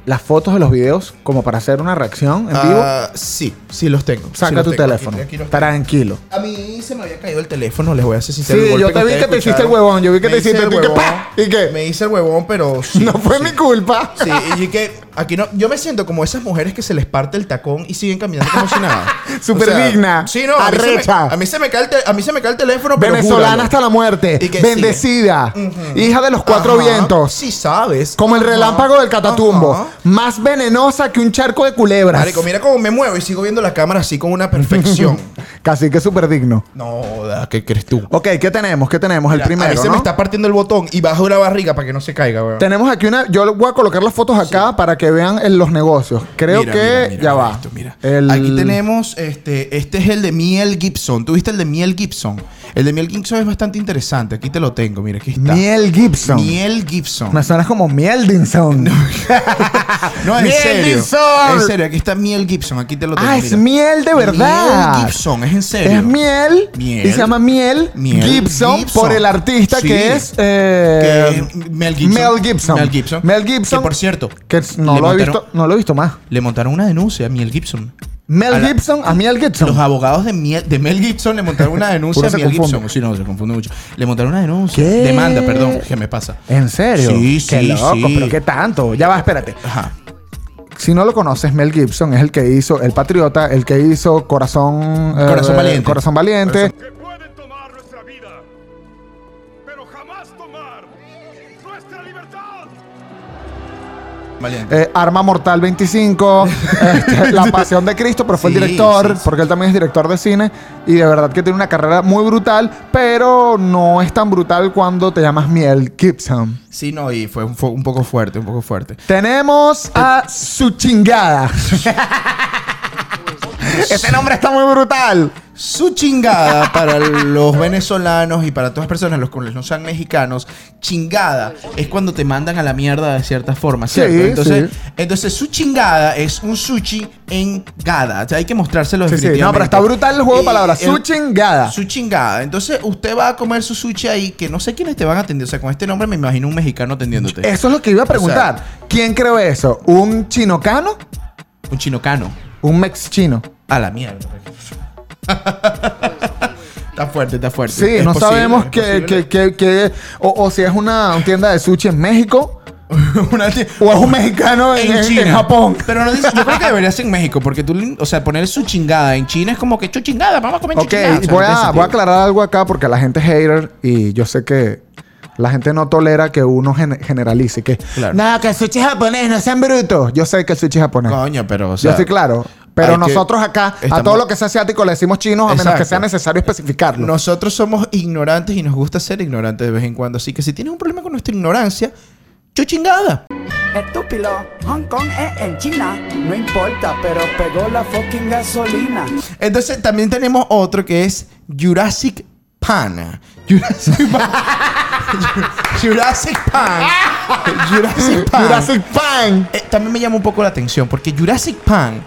las fotos de los videos como para hacer una reacción en vivo. Ah, sí, sí los tengo. sí Saca los tu tengo. Aquí- teléfono. aquí los tengo. Tranquilo. A mí se me había caído el teléfono, les voy a ser Sí, sincero. el golpe yo te vi que ustedes te hiciste el escucharon. huevón. Yo vi que Me te hice hiciste el tú y que huevón. ¡pa! ¿Y qué? Me hice el huevón, pero sí, no fue sí. mi culpa. Sí, y que Aquí no, yo me siento como esas mujeres que se les parte el tacón y siguen caminando como si nada. Súper digna, Sí, no, a mí, se me, arrecha. a mí se me cae el te- a mí se me cae el teléfono, pero Venezolana júralo. hasta la muerte. ¿Y qué Bendecida. Hija de los cuatro Ajá, vientos. Sí sabes. Como el Ajá, relámpago del catatumbo. ajá. Más venenosa que un charco de culebras. Marico, mira cómo me muevo y sigo viendo la cámara así con una perfección. Casi que súper digno. no, da, ¿qué crees tú? Ok, ¿qué tenemos? ¿Qué tenemos? El Mira, primero. a mí se ¿no? me está partiendo el botón y bajo la barriga para que no se caiga, weón. Tenemos aquí una. Yo voy a colocar las fotos acá para que vean en los negocios. Creo Mira, que mira, mira, ya mira va. esto, mira. El- Aquí tenemos este. Este es el de Miel Gibson. ¿Tuviste el de Miel Gibson? El de Miel Gibson es bastante interesante. Aquí te lo tengo, mira, aquí está. Miel Gibson. Miel Gibson. Me suena como Mieldinson. No, en ¡Miel serio. Gibson! En serio, aquí está Miel Gibson. Aquí te lo tengo. ah, es mira. miel de verdad. Miel Gibson, es en serio. Es miel, Miel. y se llama miel, Miel Gibson, Gibson. por el artista Sí. que es Que eh, es Mel Gibson. Mel Gibson. Mel Gibson. Mel Gibson. Que por cierto. que es- no le lo he montaron- visto, no lo he visto más. Le montaron una denuncia a Miel Gibson. Mel A la- Gibson a Miel Gibson. Los abogados de, Miel- de Mel Gibson le montaron una denuncia Uno a se Miel confunde. Gibson. Sí, no, se confunde mucho. Le montaron una denuncia. ¿Qué? Demanda, perdón. ¿Qué me pasa? ¿En serio? Sí, Qué sí, loco, sí. pero qué tanto. Ya va, espérate. Ajá. Si no lo conoces, Mel Gibson es el que hizo El Patriota, el que hizo Corazón, eh, Corazón Valiente. Corazón Valiente. que pueden tomar nuestra vida, pero jamás tomar nuestra libertad. Valiente. Eh, Arma Mortal 25, este, La Pasión de Cristo, pero fue el Sí, director, sí, sí. porque él también es director de cine, y de verdad que tiene una carrera muy brutal, pero no es tan brutal cuando te llamas Miel Gibson. Sí, no, y fue un, fue un poco fuerte, un poco fuerte. Tenemos a su chingada. E-, Ese nombre está muy brutal. Su chingada para los venezolanos y para todas las personas los cuales no sean mexicanos, chingada es cuando te mandan a la mierda de cierta forma, ¿cierto? Sí, entonces, sí. entonces su chingada es un sushi en gada. O sea, hay que mostrárselo Sí, sí. definitivamente. No, pero está brutal el juego de Y palabras. el- Su chingada. Su chingada. Entonces, usted va a comer su sushi ahí que no sé quiénes te van a atender, o sea, con este nombre me imagino un mexicano atendiéndote. Eso es lo que iba a preguntar. ¿Quién creó eso? ¿Un chinocano? Un chinocano. ¿Un mex chino? A la mierda. está fuerte, está fuerte. Sí, Es no posible, sabemos es qué, posible. qué- qué- qué- o, o si es una tienda de sushi en México Una ti- o es un mexicano en, en, en- China. en Japón. Pero no dice, yo creo que debería ser en México, porque tú, le- o sea, poner su chingada en China es como que chu chingada, vamos a comer Ok, chu chingada. O sea, voy, no tiene a, sentido. voy a aclarar algo acá porque la gente es hater y yo sé que la gente no tolera que uno gen- generalice. Que, Claro. No, que el sushi es japonés, no sean brutos. Yo sé que el sushi es japonés. Coño, pero, o yo sea, estoy claro. Pero hay que- nosotros acá, a estamos- todo lo que sea asiático le decimos chinos a menos que Exacto. sea necesario especificarlo. Nosotros somos ignorantes y nos gusta ser ignorantes de vez en cuando. Así que si tienes un problema con nuestra ignorancia, chu chingada. Estúpido, Hong Kong es en China. No importa, pero pegó la fucking gasolina. Entonces, también tenemos otro que es Jurassic Pan. Jurassic Pan. Jurassic Pan. Jurassic Pan. Jurassic Pan. Eh, también me llama un poco la atención porque Jurassic Pan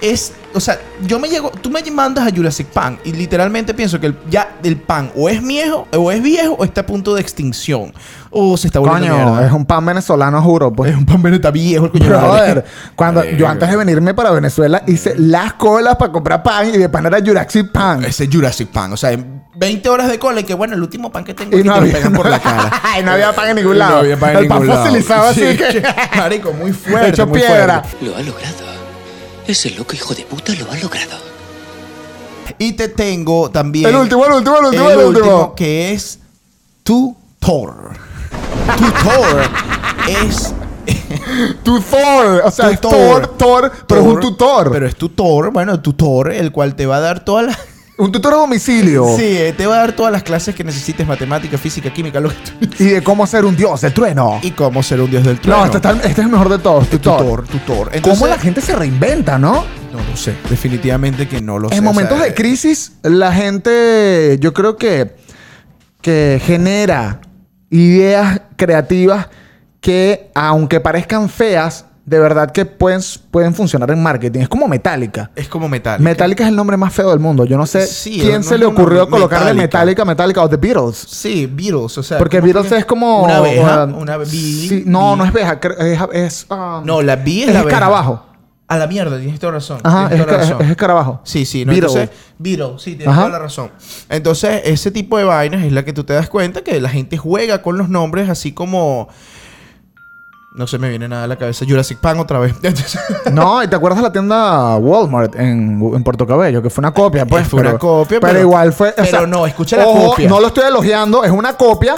es, o sea, yo me llego, tú me mandas a Jurassic Pan y literalmente pienso que el, ya el pan o es viejo o es viejo o está a punto de extinción o se está volviendo Coño, eh. mierda. es un pan venezolano, juro. Pues. Es un pan pero está viejo el coño de la Brother, madre. cuando Verga. yo antes de venirme para Venezuela hice las colas para comprar pan y de pan era Jurassic Pan. ese Jurassic Pan, o sea, en 20 horas de cola y que bueno, el último pan que tengo Y aquí no te lo había- pegan por la cara. Ay, no había pan en ningún Y lado. No había pan en El pan ningún lado. fosilizado así Sí, que- marico, muy fuerte, Hecho muy piedra. fuerte. Lo ha logrado. Ese loco hijo de puta lo ha logrado. Y te tengo también El último, el último, el último, el último. que es tutor. Tutor es Tutor, o sea, es Tutor. Thor, Thor, pero es un tutor. Pero es tutor, bueno, tutor, el cual te va a dar todas las Un tutor a domicilio. Sí, eh, te va a dar todas las clases que necesites, matemática, física, química, lo que tú- Y de cómo ser un dios del trueno. y cómo ser un dios del trueno. No, este, está- este es el mejor de todos, tutor. tutor, tutor. ¿Cómo la gente se reinventa, no? No lo sé, definitivamente que no lo sé. En o momentos sea, de crisis, la gente, yo creo que, que genera ideas creativas que, aunque parezcan feas, de verdad que pueden, pueden funcionar en marketing. Es como Metallica. Es como metal. Metallica es el nombre más feo del mundo. Yo no sé Sí, quién no, se no, le no, ocurrió no, colocarle Metallica. Metallica, Metallica o The Beatles. Sí, Beatles, o sea. Porque ¿cómo Beatles que- es como... Una abeja, uh, una abe- sí, bee- no, bee- no es abeja. cre- Es, es, um, No, la vi es, es la abeja. escarabajo. A la mierda, tienes toda razón. Ajá, es, tienes toda esca- razón. es escarabajo. Sí, sí, no, Beatles. entonces, Beatles, sí, tienes Ajá. toda la razón. Entonces, ese tipo de vainas es la que tú te das cuenta que la gente juega con los nombres así como No se me viene nada a la cabeza. Jurassic Pan otra vez. Entonces, No, y te acuerdas de la tienda Walmart en, en Puerto Cabello, que fue una copia, pues. Fue una copia, pero. pero- igual fue. o pero sea, no, escucha la ojo, copia. No lo estoy elogiando, es una copia,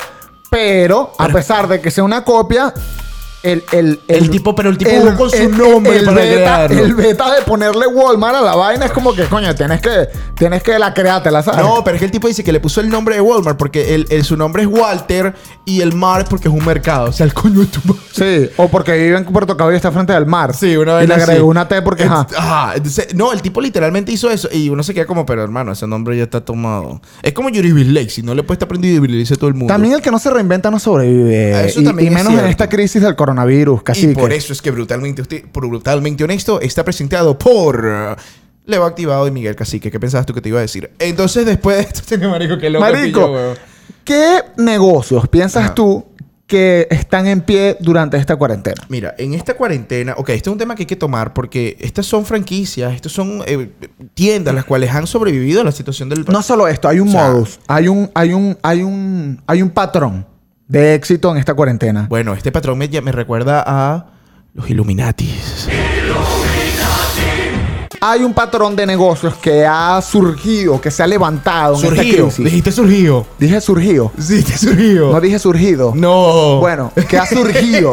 pero, a pesar de que sea una copia. El, el, El tipo- pero el tipo jugó con su nombre para beta, crearlo. El beta de ponerle Walmart a la vaina es como que, coño, tienes que, tienes que la creártela, ¿sabes? No, pero es que el tipo dice que le puso el nombre de Walmart porque el, el- su nombre es Walter y el mar porque es un mercado. O sea, el coño de tu madre. Sí, o porque vive en Puerto Cabello y está frente al mar. Sí, una Y vez le agregó una T porque, ajá. no, el tipo literalmente hizo eso y uno se queda como, pero hermano, ese nombre ya está tomado. Es como Yuri Lake, si no le puedes estar aprendido y dice todo el mundo. También el que no se reinventa no sobrevive. Ah, Eso y, también y es menos en cierto. esta crisis del coronavirus, y casi. por eso es que brutalmente usted, por brutalmente honesto, está presentado por eh, Leo Activado y Miguel Cacique. ¿Qué pensabas tú que te iba a decir? Entonces, después de esto, tiene marico que loco Marico, pillo, weón. ¿qué negocios piensas Ajá. tú que están en pie durante esta cuarentena? Mira, en esta cuarentena, ok, este es un tema que hay que tomar porque estas son franquicias, estas son eh, tiendas las cuales han sobrevivido a la situación del... No solo esto, hay un O sea, modus, hay un, hay un, hay un, hay un patrón de éxito en esta cuarentena. Bueno, este patrón me, ll- me recuerda a los Illuminatis. Hay un patrón de negocios que ha surgido, que se ha levantado en esta Surgido. crisis. Dijiste surgido. Dije surgido. Dijiste surgido. No dije surgido. No. Bueno, que ha surgido,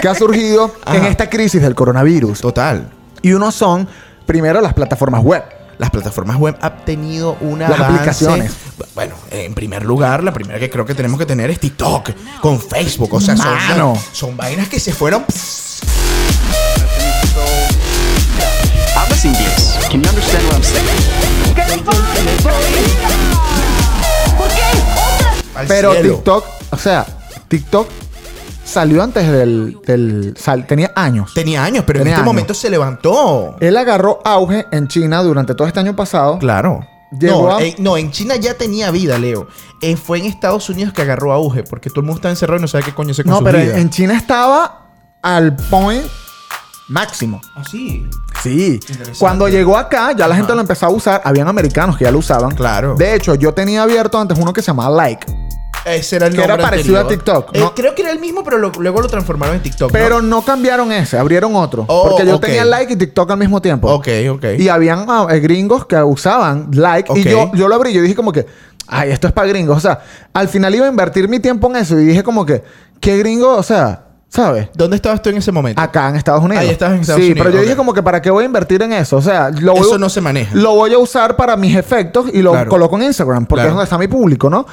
que ha surgido en Ajá. esta crisis del coronavirus. Total. Y uno son, primero, las plataformas web. Las plataformas web han tenido una Las aplicaciones. Bueno, en primer lugar, la primera que creo que tenemos que tener es TikTok con Facebook. O sea, Mano. son, son vainas que se fueron. Hablas inglés. Can you understand what I'm saying? al Pero cielo. TikTok, o sea, TikTok salió antes del... del sal- tenía años. Tenía años, pero en Tenía este años. Eh, momento se levantó. Él agarró auge en China durante todo este año pasado. Claro. Llegó no, a- eh, no, en China ya tenía vida, Leo. Eh, fue en Estados Unidos que agarró auge, porque todo el mundo está encerrado y no sabe qué coño se con No, su pero vida. en China estaba al point máximo. Así. Sí. Cuando llegó acá, ya la gente lo empezó a usar. Habían americanos que ya lo usaban. Claro. De hecho, yo tenía abierto antes uno que se llamaba Like. Ese era Eh, el Que era nombre parecido anterior. a TikTok, Eh, ¿no? creo que era el mismo, pero lo- luego lo transformaron en TikTok. Pero ¿no? no cambiaron ese, abrieron otro. Oh, porque yo ok. tenía like y TikTok al mismo tiempo. Ok, ok. Y habían ah, eh, gringos que usaban like. Ok. Y yo, yo lo abrí. Yo dije como que, ay, esto es para gringos. O sea, al final iba a invertir mi tiempo en eso. Y dije como que, ¿qué gringo? O sea, ¿sabes? ¿Dónde estabas tú en ese momento? Acá en Estados Unidos. Ahí estabas en Estados sí, Unidos, pero yo ok. dije como que ¿para qué voy a invertir en eso? O sea, lo voy, Eso no se maneja. Lo voy a usar para mis efectos y lo Claro. coloco en Instagram porque Claro. es donde está mi público, ¿no?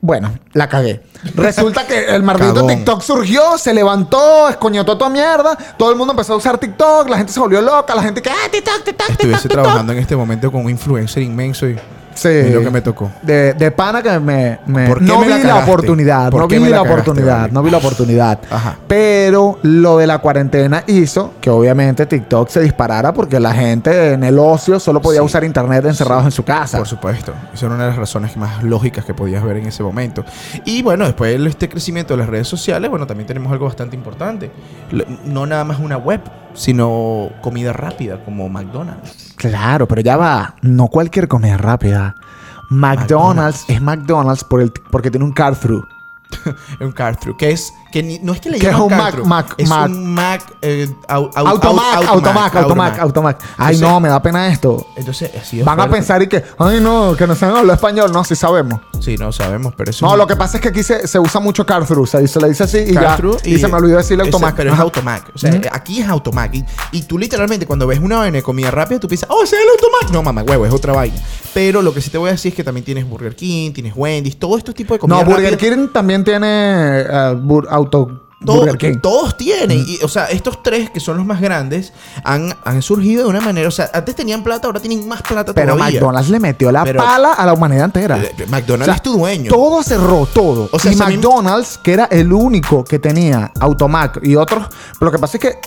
Bueno, la cagué. Resulta que el maldito Cagón. TikTok surgió, se levantó, escoñotó toda mierda. Todo el mundo empezó a usar TikTok, la gente se volvió loca, la gente que, ah, TikTok, TikTok, TikTok, Estuviese TikTok. trabajando en este momento con un influencer inmenso y... Sí. Es lo que me tocó. De, de pana que me. me- ¿Por qué no me vi la la, cagaste? oportunidad. ¿Por No qué vi me la, la cagaste, oportunidad. vale? No vi la oportunidad. Ajá. Pero lo de la cuarentena hizo que obviamente TikTok se disparara porque la gente en el ocio solo podía usar internet encerrados en su casa. Por supuesto. Esa era una de las razones más lógicas que podías ver en ese momento. Y bueno, después de este crecimiento de las redes sociales, bueno, también tenemos algo bastante importante. Lo- No nada más una web, sino comida rápida como McDonald's. Claro, pero ya va. No cualquier comida rápida. McDonald's, es McDonald's por el, porque tiene un car-through. Un car-thru. Que es... Que ni- no es que le Que es llaman un Mac- car-thru, Mac- Es Mac. un Mac... eh, au- au- Automac, au- Automac, Automac, Automac. Ay, Entonces- no, me da pena esto. Entonces, así Van a pensar y que, ay, no, que no saben hablar español. No, sí sabemos. Sí, no sabemos, pero eso... No, lo que pasa es que aquí se, se usa mucho car-through. Se, se le dice así y ya. Y, se me olvidó decirle automac. Pero es Ajá. automac. O sea, aquí es automac. Y, y tú literalmente cuando ves una vaina de comida rápida, tú piensas, oh, ese es el automac. No, mamá, huevo, es otra vaina. Pero lo que sí te voy a decir es que también tienes Burger King, tienes Wendy's, todo estos tipos de comida No, rápida. Burger King también tiene eh, bur- auto. Todo- Burger King. Todos tienen. Y, o sea, estos tres que son los más grandes han, han surgido de una manera. O sea, antes tenían plata, ahora tienen más plata Pero todavía. McDonald's le metió la Pero- pala a la humanidad entera. Eh, McDonald's O sea, es tu dueño. Todo cerró, todo. O sea, y si a mí- McDonald's, que era el único que tenía Automac y otros. Pero lo que pasa es que.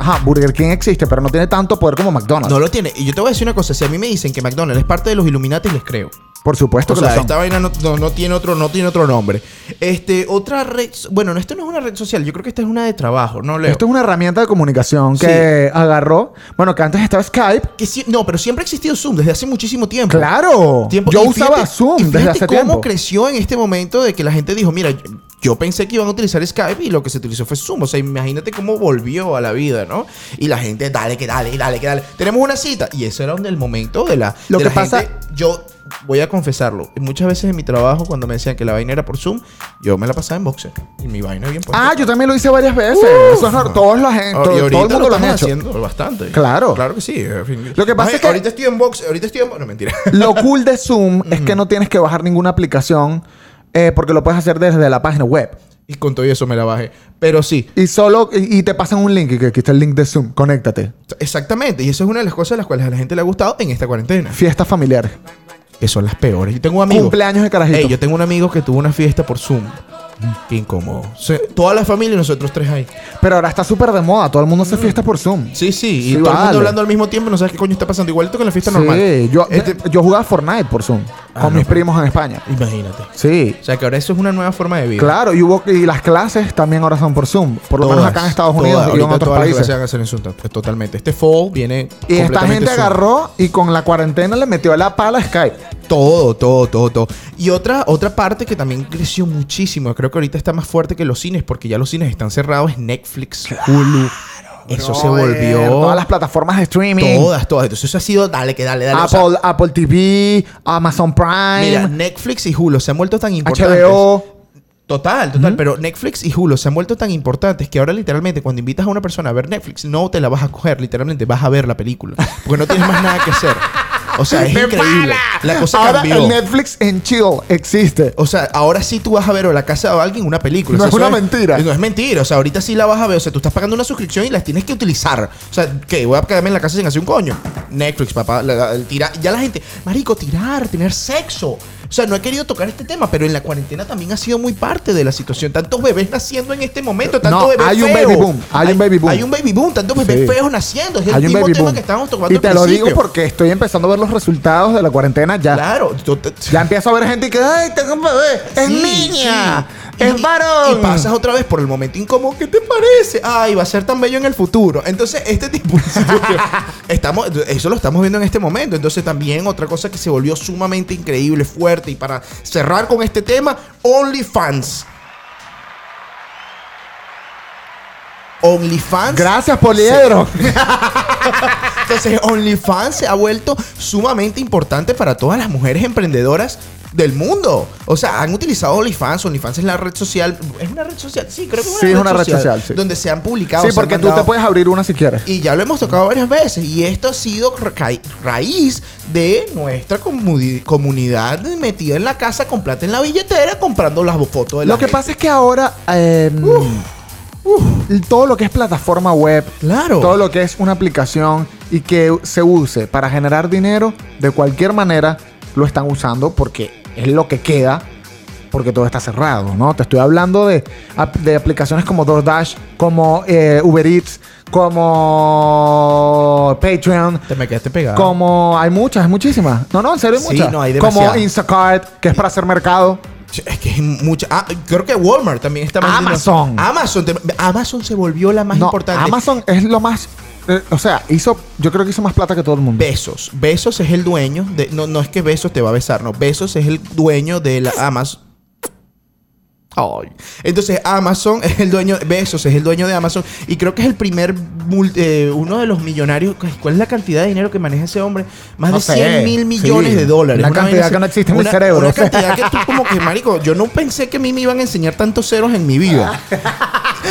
Ajá, Burger King existe, pero no tiene tanto poder como McDonald's. No lo tiene. Y yo te voy a decir una cosa. Si a mí me dicen que McDonald's es parte de los Illuminati, les creo. Por supuesto O que sea, lo son. esta vaina no, no- no tiene otro, no tiene otro nombre. Este, otra red. so- Bueno, no, esto no es una red social. Yo creo que esta es una de trabajo, ¿no, Leo? Esto es una herramienta de comunicación que agarró. Bueno, que antes estaba Skype. que sí- no, pero siempre ha existido Zoom desde hace muchísimo tiempo. Claro. Tiempo- Yo y usaba fíjate- y Zoom desde fíjate hace cómo tiempo. creció en este momento de que la gente dijo, mira, yo, Yo pensé que iban a utilizar Skype y lo que se utilizó fue Zoom. O sea, imagínate cómo volvió a la vida, ¿no? Y la gente, dale, que dale, dale, que dale. Tenemos una cita. Y eso era donde el momento de la. Lo de que la pasa- gente- yo voy a confesarlo. Muchas veces en mi trabajo, cuando me decían que la vaina era por Zoom, yo me la pasaba en boxer. Y mi vaina bien puesta. Ah, yo también lo hice varias veces. Eso es nor- todos lo han- Oh, y todo- todo ahorita el mundo lo, han estamos hecho. haciendo bastante. Claro. Claro que sí. en fin. Lo que pasa Ay, es que- Ahorita estoy en box, ahorita estoy en box. No, mentira. Lo cool de Zoom es Mm. que no tienes que bajar ninguna aplicación eh, porque lo puedes hacer desde la página web. y con todo eso me la bajé. Pero sí, Y solo y, y te pasan un link y que aquí está el link de Zoom. Conéctate. exactamente. Y eso es una de las cosas a las cuales a la gente le ha gustado en esta cuarentena. Fiestas familiares. Que son las peores. Yo tengo un amigo. Cumpleaños de carajito. Ey, yo tengo un amigo que tuvo una fiesta por Zoom. Mm. Qué incómodo. O sea, toda la familia y nosotros tres ahí. Pero ahora está súper de moda. Todo el mundo hace fiestas por Mm. Zoom. Sí, sí. Y Sí, todo el vale. mundo hablando al mismo tiempo. No sabes qué coño está pasando. Igualito que en la fiesta Sí, normal. yo, Este- Ah, yo jugaba Fortnite por Zoom con mis primos en España. imagínate. Sí. O sea, que ahora eso es una nueva forma de vida. Claro, y, hubo, y las clases también ahora son por Zoom. Por lo menos acá en Estados Unidos y en otros países. se van a hacer en Zoom, to- totalmente. Este fall viene. Y esta completamente gente Zoom. agarró y con la cuarentena le metió la pala a Skype. Todo, todo, todo, todo. Y otra, otra parte que también creció muchísimo, creo que ahorita está más fuerte que los cines, porque ya los cines están cerrados, es Netflix, Hulu. Eso se Brother, volvió. Todas las plataformas de streaming. Todas, todas. Entonces eso ha sido, dale, que dale, dale. O sea, Apple, Apple TV, Amazon Prime, mira, Netflix y Hulu se han vuelto tan importantes. HBO. Total, total. Pero Netflix y Hulu se han vuelto tan importantes que ahora literalmente cuando invitas a una persona a ver Netflix, no te la vas a coger, literalmente vas a ver la película. Porque no tienes más nada que hacer. O sea, es increíble. La cosa Ahora cambió. el Netflix en chill existe. O sea, ahora sí tú vas a ver o la casa de alguien una película. No O sea, es eso una mentira. No es mentira. O sea, ahorita sí la vas a ver. O sea, tú estás pagando una suscripción y las tienes que utilizar. O sea, ¿qué? Voy a quedarme en la casa sin hacer un coño. Netflix, papá. la- la- el tira- ya la gente. Marico, tirar, tener sexo. O sea, no he querido tocar este tema, pero en la cuarentena también ha sido muy parte de la situación. Tantos bebés naciendo en este momento, tantos No, bebés hay un feos. baby boom, hay un baby boom. Hay un baby boom, tantos bebés Sí. feos naciendo. Es el Hay un mismo baby tema boom. que estábamos tocando Y al te lo digo principio. porque estoy empezando a ver los resultados de la cuarentena ya. Claro, tú te- Ya empiezo a ver gente que, ay, tengo un bebé, es Sí, niña, sí. es Y- varón. Y pasas otra vez por el momento incómodo. ¿Qué te parece? Ay, va a ser tan bello en el futuro. Entonces, este tipo de situación, estamos, eso lo estamos viendo en este momento. Entonces, también otra cosa que se volvió sumamente increíble, fuerte. Y para cerrar con este tema, OnlyFans. OnlyFans. Gracias, Poliedro. Entonces, OnlyFans se ha vuelto sumamente importante para todas las mujeres emprendedoras del mundo. O sea, han utilizado OnlyFans. OnlyFans es la red social. ¿Es una red social? Sí, creo que es una, Sí, red, social, sí. Donde se han publicado. Sí, se han porque tú te mandado- puedes abrir una si quieres. Y ya lo hemos tocado varias veces. Y esto ha sido ra- raíz de nuestra comuni- comunidad metida en la casa con plata en la billetera comprando las fotos de la Lo que gente. pasa es que ahora eh, todo lo que es plataforma web, Claro. todo lo que es una aplicación y que se use para generar dinero, de cualquier manera lo están usando porque es lo que queda, porque todo está cerrado, ¿no? Te estoy hablando de, ap- de aplicaciones como DoorDash, como eh, Uber Eats, como Patreon, Te me quedaste pegado. como hay muchas, hay muchísimas. No, no, en serio hay Ah. Sí, muchas. no, hay como demasiadas. Instacart, que es para hacer mercado. Es que es mucha. ah, creo que Walmart también está vendiendo- Amazon. Amazon. te- Amazon se volvió la más No, importante. Amazon es lo más. eh, o sea, hizo. Yo creo que hizo más plata que todo el mundo. Besos. Besos es el dueño de. No, no es que Besos te va a besar, no. Besos es el dueño de la Amazon. Ay. Entonces Amazon es el dueño, Besos es el dueño de Amazon y creo que es el primer, mul- eh, uno de los millonarios, Ay, ¿cuál es la cantidad de dinero que maneja ese hombre? Más No de sé. 100 mil millones Sí. de dólares. Una cantidad vaina así. que no existe en mi Una- cerebro. Una cantidad que tú como que, marico, yo no pensé que a mí me iban a enseñar tantos ceros en mi vida.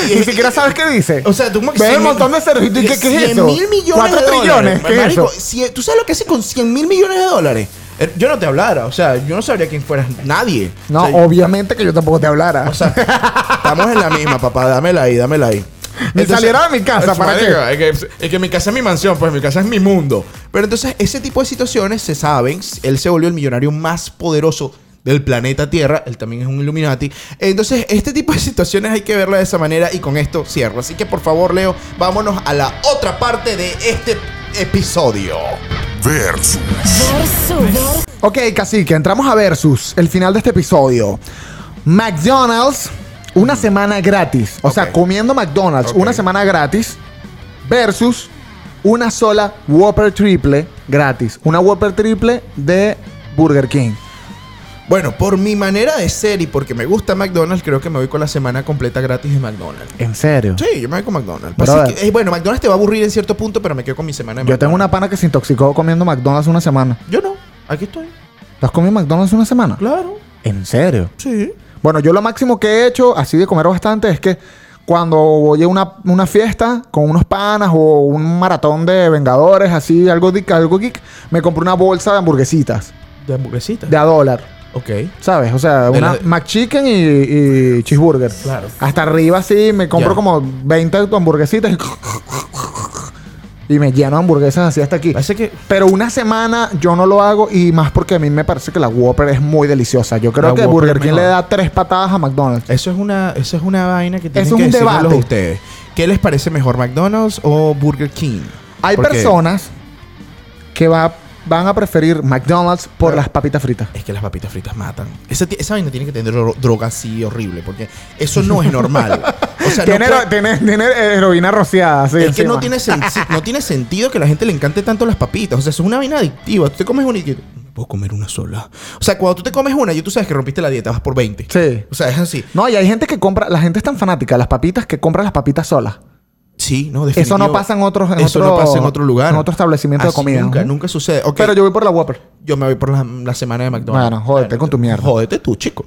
Ni siquiera sabes qué dice. O sea, tú como que ves cien un mil- montón de ceros y tú, ¿y ¿qué, qué es 100 eso? mil millones Cuatro de trillones, dólares. ¿qué es Marico, eso? si- ¿Tú sabes lo que hace con 100 mil millones de dólares? Eh, Yo no te hablara, o sea, yo no sabría quién fueras nadie. No, o sea, obviamente que yo tampoco te hablara. o sea, estamos en la misma, papá, dámela ahí, dámela ahí. Ni Entonces- saliera de mi casa, Ay, ¿para marico, qué? Es que, es que mi casa es mi mansión, pues mi casa es mi mundo. Pero entonces, ese tipo de situaciones se saben. Él se volvió el millonario más poderoso del planeta Tierra. Él también es un Illuminati. Entonces, este tipo de situaciones hay que verla de esa manera. Y con esto cierro. Así que, por favor, Leo, vámonos a la otra parte de este episodio. Versus. Versus. Ok, cacique, entramos a Versus, el final de este episodio. McDonald's, una semana gratis. O sea, Mm. Ok. comiendo McDonald's, una Ok. semana gratis. Versus una sola Whopper triple gratis. Una Whopper triple de Burger King. Bueno, por mi manera de ser y porque me gusta McDonald's, creo que me voy con la semana completa gratis de McDonald's. En serio. Sí, yo me voy con McDonald's. Pero a Así ver. que, eh, bueno, McDonald's te va a aburrir en cierto punto, pero me quedo con mi semana de Yo tengo McDonald's. una pana que se intoxicó comiendo McDonald's una semana. Yo no. Aquí estoy. ¿Te has comido McDonald's una semana? Claro. ¿En serio? Sí. Bueno, yo lo máximo que he hecho, así de comer bastante, es que cuando voy a una, una fiesta con unos panas o un maratón de Vengadores, así, algo geek, algo geek, me compré una bolsa de hamburguesitas De hamburguesita. de a dólar. Ok. ¿Sabes? O sea, De una la de- McChicken y, y cheeseburger. Claro. Hasta arriba, sí, me compro Ya. como 20 hamburguesitas y, y me lleno de hamburguesas así hasta aquí. Parece que. Pero una semana yo no lo hago y más porque a mí me parece que la Whopper es muy deliciosa. Yo creo La que Whopper Burger es King mejor. le da tres patadas a McDonald's. Eso es una, eso es una vaina que tienen Eso es que un decirnos debate. ustedes. ¿Qué les parece mejor, McDonald's o Burger King? Hay Porque- personas que va- van a preferir McDonald's por las papitas fritas. Es que las papitas fritas matan. Esa, ti- esa vaina tiene que tener dro- droga así horrible, porque eso no es normal. O sea, no tiene, puede- hero- tiene- tiene heroína rociada. sí, es que no tiene, encima. sen- no tiene sentido que a la gente le encante tanto las papitas. O sea, eso es una vaina adictiva. Tú te comes una y que, "No puedo comer una sola. O sea, cuando tú te comes una, ya tú sabes que rompiste la dieta, vas por 20. Sí. O sea, es así. No, y hay gente que compra, la gente es tan fanática de las papitas que compra las papitas solas. Sí, no, Eso definitivo. no pasa en otros en Eso no otro- pasa en otro lugar. en otro establecimiento de Así comida, Nunca, ¿no? nunca sucede. Ok, Pero yo voy por la Whopper. Yo me voy por la, la semana de McDonald's. Bueno, jódete con tu mierda. Jódete tú, chico.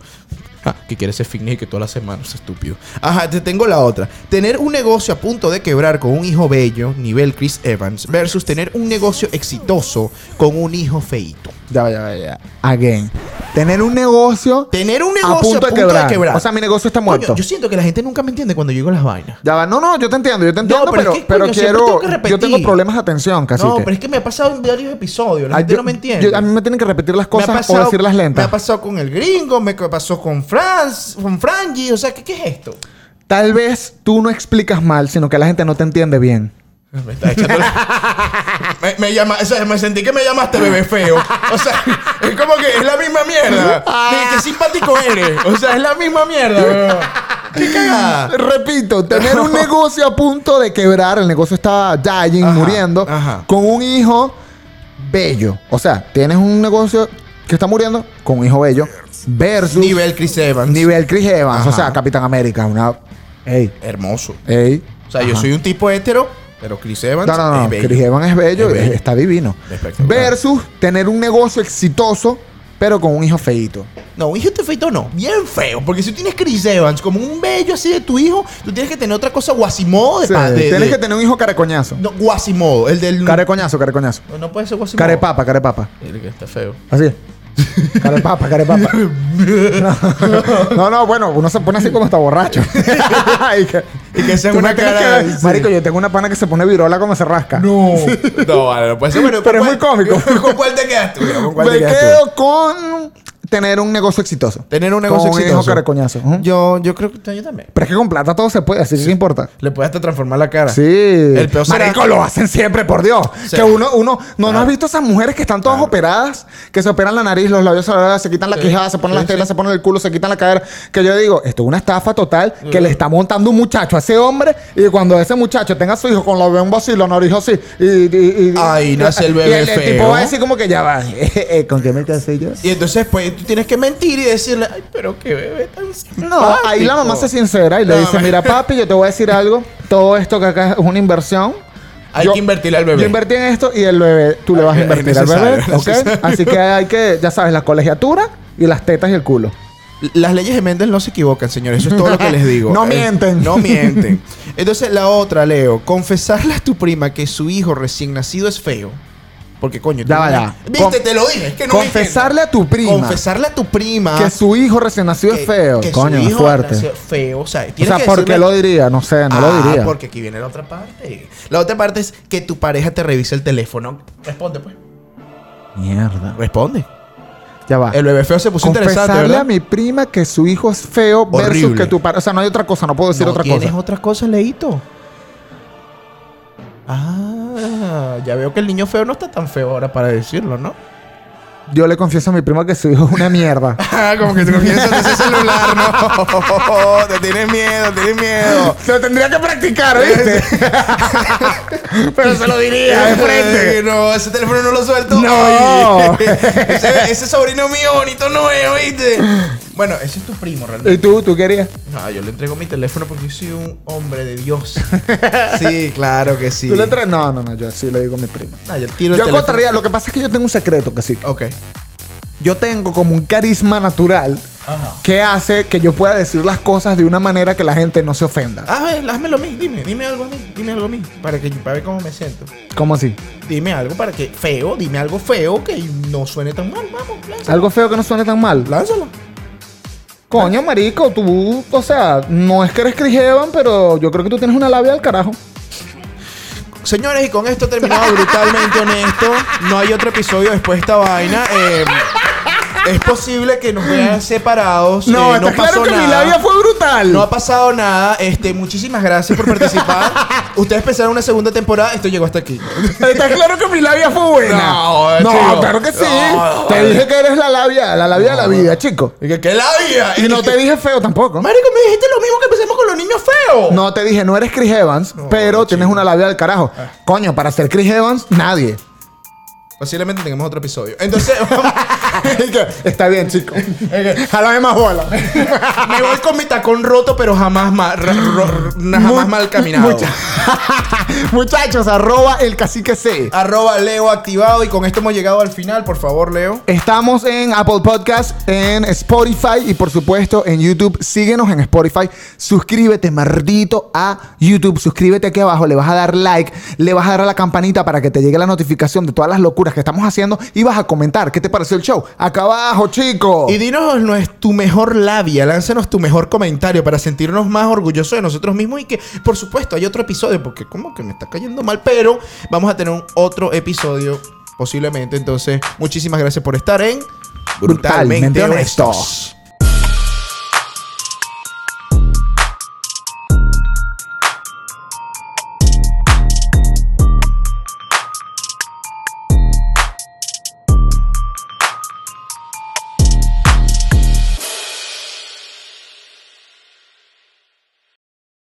Ah, que quieres ser fitness y que todas las semanas, estúpido. Ajá, te tengo la otra. Tener un negocio a punto de quebrar con un hijo bello, nivel Chris Evans, versus tener un negocio exitoso con un hijo feito. Ya, va, ya, va, ya. Again. Tener un negocio. Tener un negocio a punto, de, quebrar. O sea, mi negocio está Coño, muerto. yo siento que la gente nunca me entiende cuando yo digo las vainas. Ya va. No, no, yo te entiendo, yo te entiendo, No, pero pero, es que, pero coño, siempre quiero. tengo que repetir. yo tengo problemas de atención, casi. No, pero es que me ha pasado en varios episodios. La gente no me entiende. Ah, a mí me tienen que repetir Me las ha cosas o decirlas Me ha lentas. pasado con el gringo, me co- pasó con Franz, con Franji. O sea, ¿qué, qué es esto? Tal vez tú no explicas mal, sino que la gente no te entiende bien. Me está echando la- me, me llama, o sea, me sentí que me llamaste bebé feo. O sea, es como que es la misma mierda. Ah. Qué- Qué simpático eres. O sea, es la misma mierda, weón. Qué cagada. Repito, tener un negocio a punto de quebrar, el negocio está dying, Ajá, muriendo, ajá. con un hijo bello. O sea, tienes un negocio que está muriendo con un hijo bello versus Nivel nivel, Chris Evans. Chris Evans, o Ajá. sea, Capitán América, una ey, Hermoso. ey. O sea, yo ajá. soy un tipo hétero, pero Chris Evans No, no, no, es bello. Chris Evans es bello, Es bello. está divino. Espectacular. Versus tener un negocio exitoso pero con un hijo feito. No, un hijo te feito no. Bien feo. Porque si tú tienes Chris Evans como un bello así de tu hijo, tú tienes que tener otra cosa guasimodo de, pa- de- tienes de- que tener un hijo carecoñazo. No, guasimodo. El del. Carecoñazo, carecoñazo. No, no puede ser guasimodo. Carepapa, carepapa. El que está feo. Así. Carepapa, carepapa. No, no, bueno, uno se pone así como está borracho. y que, Y que esa es tú me una tienes cara que- de- sí. Marico, yo tengo una pana que se pone virola cuando se rasca. No. no, vale, no puede ser. Bueno, Pero ¿con es cuál- muy cómico. ¿Con cuál te quedaste? güey? ¿Con cuál Me te quedaste? quedo con tener un negocio exitoso. Tener un negocio con Un hijo exitoso. carecoñazo. Ujú. Yo, yo creo que yo también. Pero es que con plata todo se puede, así que no importa. Le puedes hasta transformar la cara. Sí. El peor será- Marico, lo hacen siempre, por Dios. Sí. Que uno, uno, no, no has visto esas mujeres que están todas operadas, que se operan la nariz, los labios, se- se quitan la quijada, se ponen las telas, se ponen el culo, se quitan la cadera. Que yo digo, esto es una estafa total que le está montando un muchacho a ese hombre y cuando ese muchacho tenga a su hijo con los bembos así, los nariz así, y, y- y- Ahí nace el y bebé el, el feo. tipo va a decir como que ya va, eh, eh, ¿con qué me casé yo? Y entonces, pues, tú tienes que mentir y decirle, ay, pero qué bebé tan No, ahí la mamá se siente. sincera y le No, dice, ma- mira papi, yo te voy a decir algo, todo esto que acá es una inversión. Hay que invertirle al bebé. Eh, Yo invertí en esto y el bebé, tú le vas a es invertir al bebé, necesario, ¿ok? es necesario. Así que hay que, ya sabes, la colegiatura y las tetas y el culo. Las leyes de Mendel no se equivocan, señores. Eso es todo lo que les digo. No Eh, mienten. No mienten. Entonces, la otra, Leo. Confesarle a tu prima que su hijo recién nacido es feo. Porque, coño. Ya tú- va, ya. Viste, Con- te lo dije. Es que no me confesarle a tu prima. Confesarle a tu prima. que su hijo recién nacido que- es feo. que su Coño, es hijo nació fuerte. Feo. O sea, O tienes sea, que ¿por decirle- qué lo diría? No sé, no lo Ah, diría. porque aquí viene la otra parte. La otra parte es que tu pareja te revise el teléfono. Responde, pues. Mierda. Responde. Ya va. El bebé feo se puso interesante, Confesarle ¿verdad? a mi prima que su hijo es feo versus Horrible. que tu padre... O sea, no hay otra cosa, no puedo decir no otra tienes cosa. otra cosa, Leito? Ah, ya veo que el niño feo no está tan feo ahora para decirlo, ¿no? yo le confieso a mi primo que su hijo es una mierda. Ah, como que te confiesas de ese celular, no. Oh, te tienes miedo, tienes miedo. Se lo tendría que practicar, ¿viste? Pero se lo diría de Ay, frente. no, ese teléfono no lo suelto. No. Ay, ese, ese sobrino mío bonito no es, ¿oíste? Bueno, ese es tu primo realmente. ¿Y tú? ¿Tú querías? No, yo le entrego mi teléfono porque yo soy un hombre de Dios. Sí, claro que sí. ¿Tú le entras? No, no, no. Yo sí le digo a mi primo. No, Ah, yo tiro el Yo teléfono. encontraría... Lo que pasa es que yo tengo un secreto, que sí. Ok. Yo tengo como un carisma natural que hace que yo pueda decir las cosas de una manera que la gente no se ofenda. Ah, ven, házmelo a mí, dime, dime algo a mí, dime algo a mí, para que yo- para ver cómo me siento. ¿Cómo así? Dime algo para que feo, dime algo feo que no suene tan mal, vamos, lánzalo. Algo feo que no suene tan mal. lánzalo. Coño, marico, tú, o sea, no es que eres Crijevan, pero yo creo que tú tienes una labia al carajo. Señores, y con esto terminado brutalmente honesto. No hay otro episodio después de esta vaina. Eh, es posible que nos vean separados. eh, pasó nada. fue brutal. No ha pasado nada. Este, muchísimas gracias por participar. Ustedes pensaron una segunda temporada. Esto llegó hasta aquí. Está claro que mi labia fue buena. No, chico. claro que sí. No, te no. dije que eres la labia, la labia de la vida, chico. Y que, ¿qué la vida? Y no te dije feo tampoco. Marico, me dijiste lo mismo que empecemos con los niños feos. No te dije, no eres Chris Evans, pero tienes una labia del carajo. Ah. Coño, para ser Chris Evans, nadie. Posiblemente tengamos otro episodio. Entonces, Está bien, chico. Eh, Jálame más bola. me voy con mi tacón roto, pero jamás, ma- ra- ro- ro- jamás mal caminado. Mucha- Muchachos, arroba el cacique C. Arroba Leo activado y con esto hemos llegado al final, por favor Leo. Estamos en Apple Podcast, en Spotify y por supuesto en YouTube. Síguenos en Spotify. Suscríbete, mardito, a YouTube. Suscríbete aquí abajo. Le vas a dar like, le vas a dar a la campanita para que te llegue la notificación de todas las locuras que estamos haciendo y vas a comentar. ¿Qué te pareció el show? Acá abajo, chicos. Y dinos no es tu mejor labia, lánzanos tu mejor comentario para sentirnos más orgullosos de nosotros mismos y que, por supuesto, hay otro episodio, porque como que me está cayendo mal, pero vamos a tener un otro episodio posiblemente. Entonces, muchísimas gracias por estar en Brutalmente Honestos.